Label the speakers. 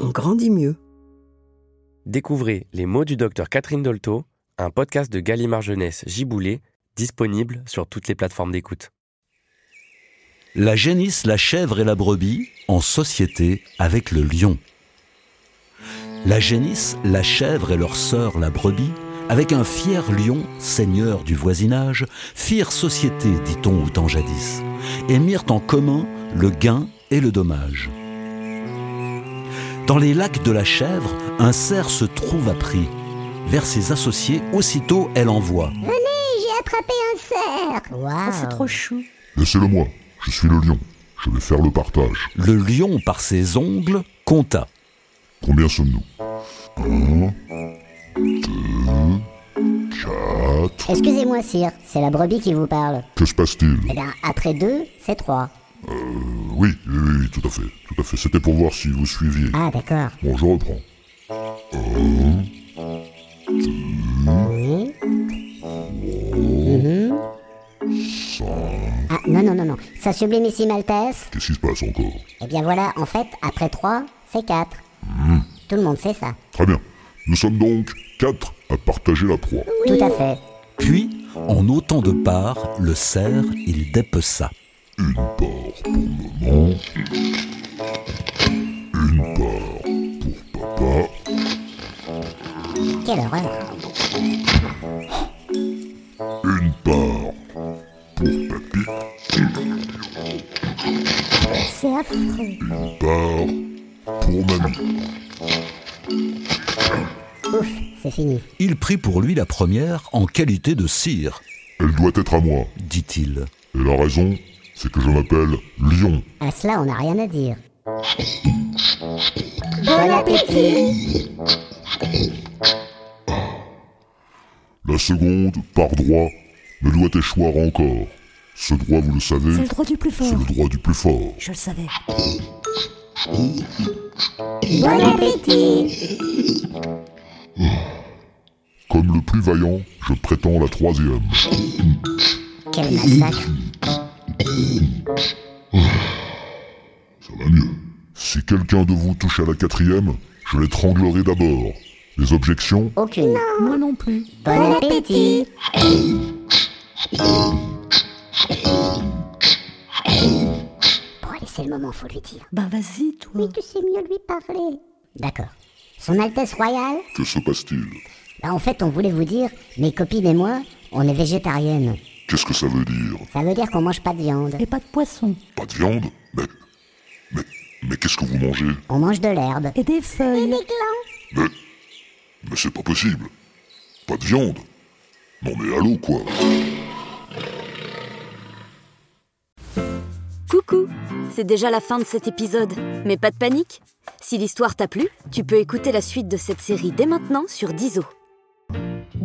Speaker 1: on grandit mieux.
Speaker 2: Découvrez Les mots du docteur Catherine Dolto, un podcast de Gallimard Jeunesse Giboulé, disponible sur toutes les plateformes d'écoute.
Speaker 3: La génisse, la chèvre et la brebis en société avec le lion. La génisse, la chèvre et leur sœur la brebis, avec un fier lion, seigneur du voisinage, firent société, dit-on au temps jadis, et mirent en commun le gain et le dommage. Dans les lacs de la chèvre, un cerf se trouve à prix. Vers ses associés, aussitôt elle envoie.
Speaker 4: J'ai attrapé un cerf.
Speaker 5: c'est trop chou.
Speaker 6: Laissez-le-moi, je suis le lion. Je vais faire le partage.
Speaker 3: Le lion, par ses ongles, compta.
Speaker 6: Combien sommes-nous Un, deux, quatre.
Speaker 5: Excusez-moi, sire, c'est la brebis qui vous parle.
Speaker 6: Que se passe-t-il
Speaker 5: Eh bien, après deux, c'est trois.
Speaker 6: Euh, oui, oui, oui, tout à fait, tout à fait. C'était pour voir si vous suiviez.
Speaker 5: Ah, d'accord.
Speaker 6: Bon, je reprends.
Speaker 5: Oui. Mhm. Ah, non, non, non, non. Sa sublimissime Altesse.
Speaker 6: Qu'est-ce qui se passe encore
Speaker 5: Eh bien voilà, en fait, après trois, c'est quatre. Tout le monde sait ça.
Speaker 6: Très bien. Nous sommes donc quatre à partager la proie.
Speaker 5: Tout à fait.
Speaker 3: Puis, en autant de parts, le cerf, il dépeça.
Speaker 6: Une part pour maman. Une part pour papa.
Speaker 5: Quelle horreur.
Speaker 6: Une part pour papy.
Speaker 5: C'est affreux.
Speaker 6: Une part pour mamie.
Speaker 5: Ouf, c'est fini.
Speaker 3: Il prit pour lui la première en qualité de sire,
Speaker 6: Elle doit être à moi.
Speaker 3: dit-il.
Speaker 6: Et la raison, c'est que je m'appelle Lion.
Speaker 5: À cela, on n'a rien à dire. Bon appétit
Speaker 6: La seconde, par droit, me doit échoir encore. Ce droit, vous le savez,
Speaker 7: C'est le droit du plus
Speaker 6: c'est
Speaker 7: fort.
Speaker 6: le droit du plus fort.
Speaker 7: Je le savais.
Speaker 5: Bon appétit
Speaker 6: Comme le plus vaillant, je prétends la troisième.
Speaker 5: Quel massacre
Speaker 6: Ça va mieux. Si quelqu'un de vous touche à la quatrième, je l'étranglerai d'abord. Les objections
Speaker 5: Aucune.
Speaker 7: Moi non plus.
Speaker 5: Bon appétit Bon, allez, c'est le moment, faut lui dire.
Speaker 7: Bah vas-y, toi.
Speaker 5: Tu sais mieux lui parler. D'accord. Son Altesse Royale
Speaker 6: Que se passe-t-il
Speaker 5: Bah en fait, on voulait vous dire, mes copines et moi, on est végétariennes.
Speaker 6: Qu'est-ce que ça veut dire
Speaker 5: Ça veut dire qu'on mange pas de viande.
Speaker 7: Et pas de poisson.
Speaker 6: Pas de viande Mais. Mais. Mais qu'est-ce que vous mangez
Speaker 5: On mange de l'herbe.
Speaker 7: Et des feuilles.
Speaker 6: Mais. Mais c'est pas possible. Pas de viande. Non mais allô quoi
Speaker 8: Coucou C'est déjà la fin de cet épisode, mais pas de panique Si l'histoire t'a plu, tu peux écouter la suite de cette série dès maintenant sur Diso.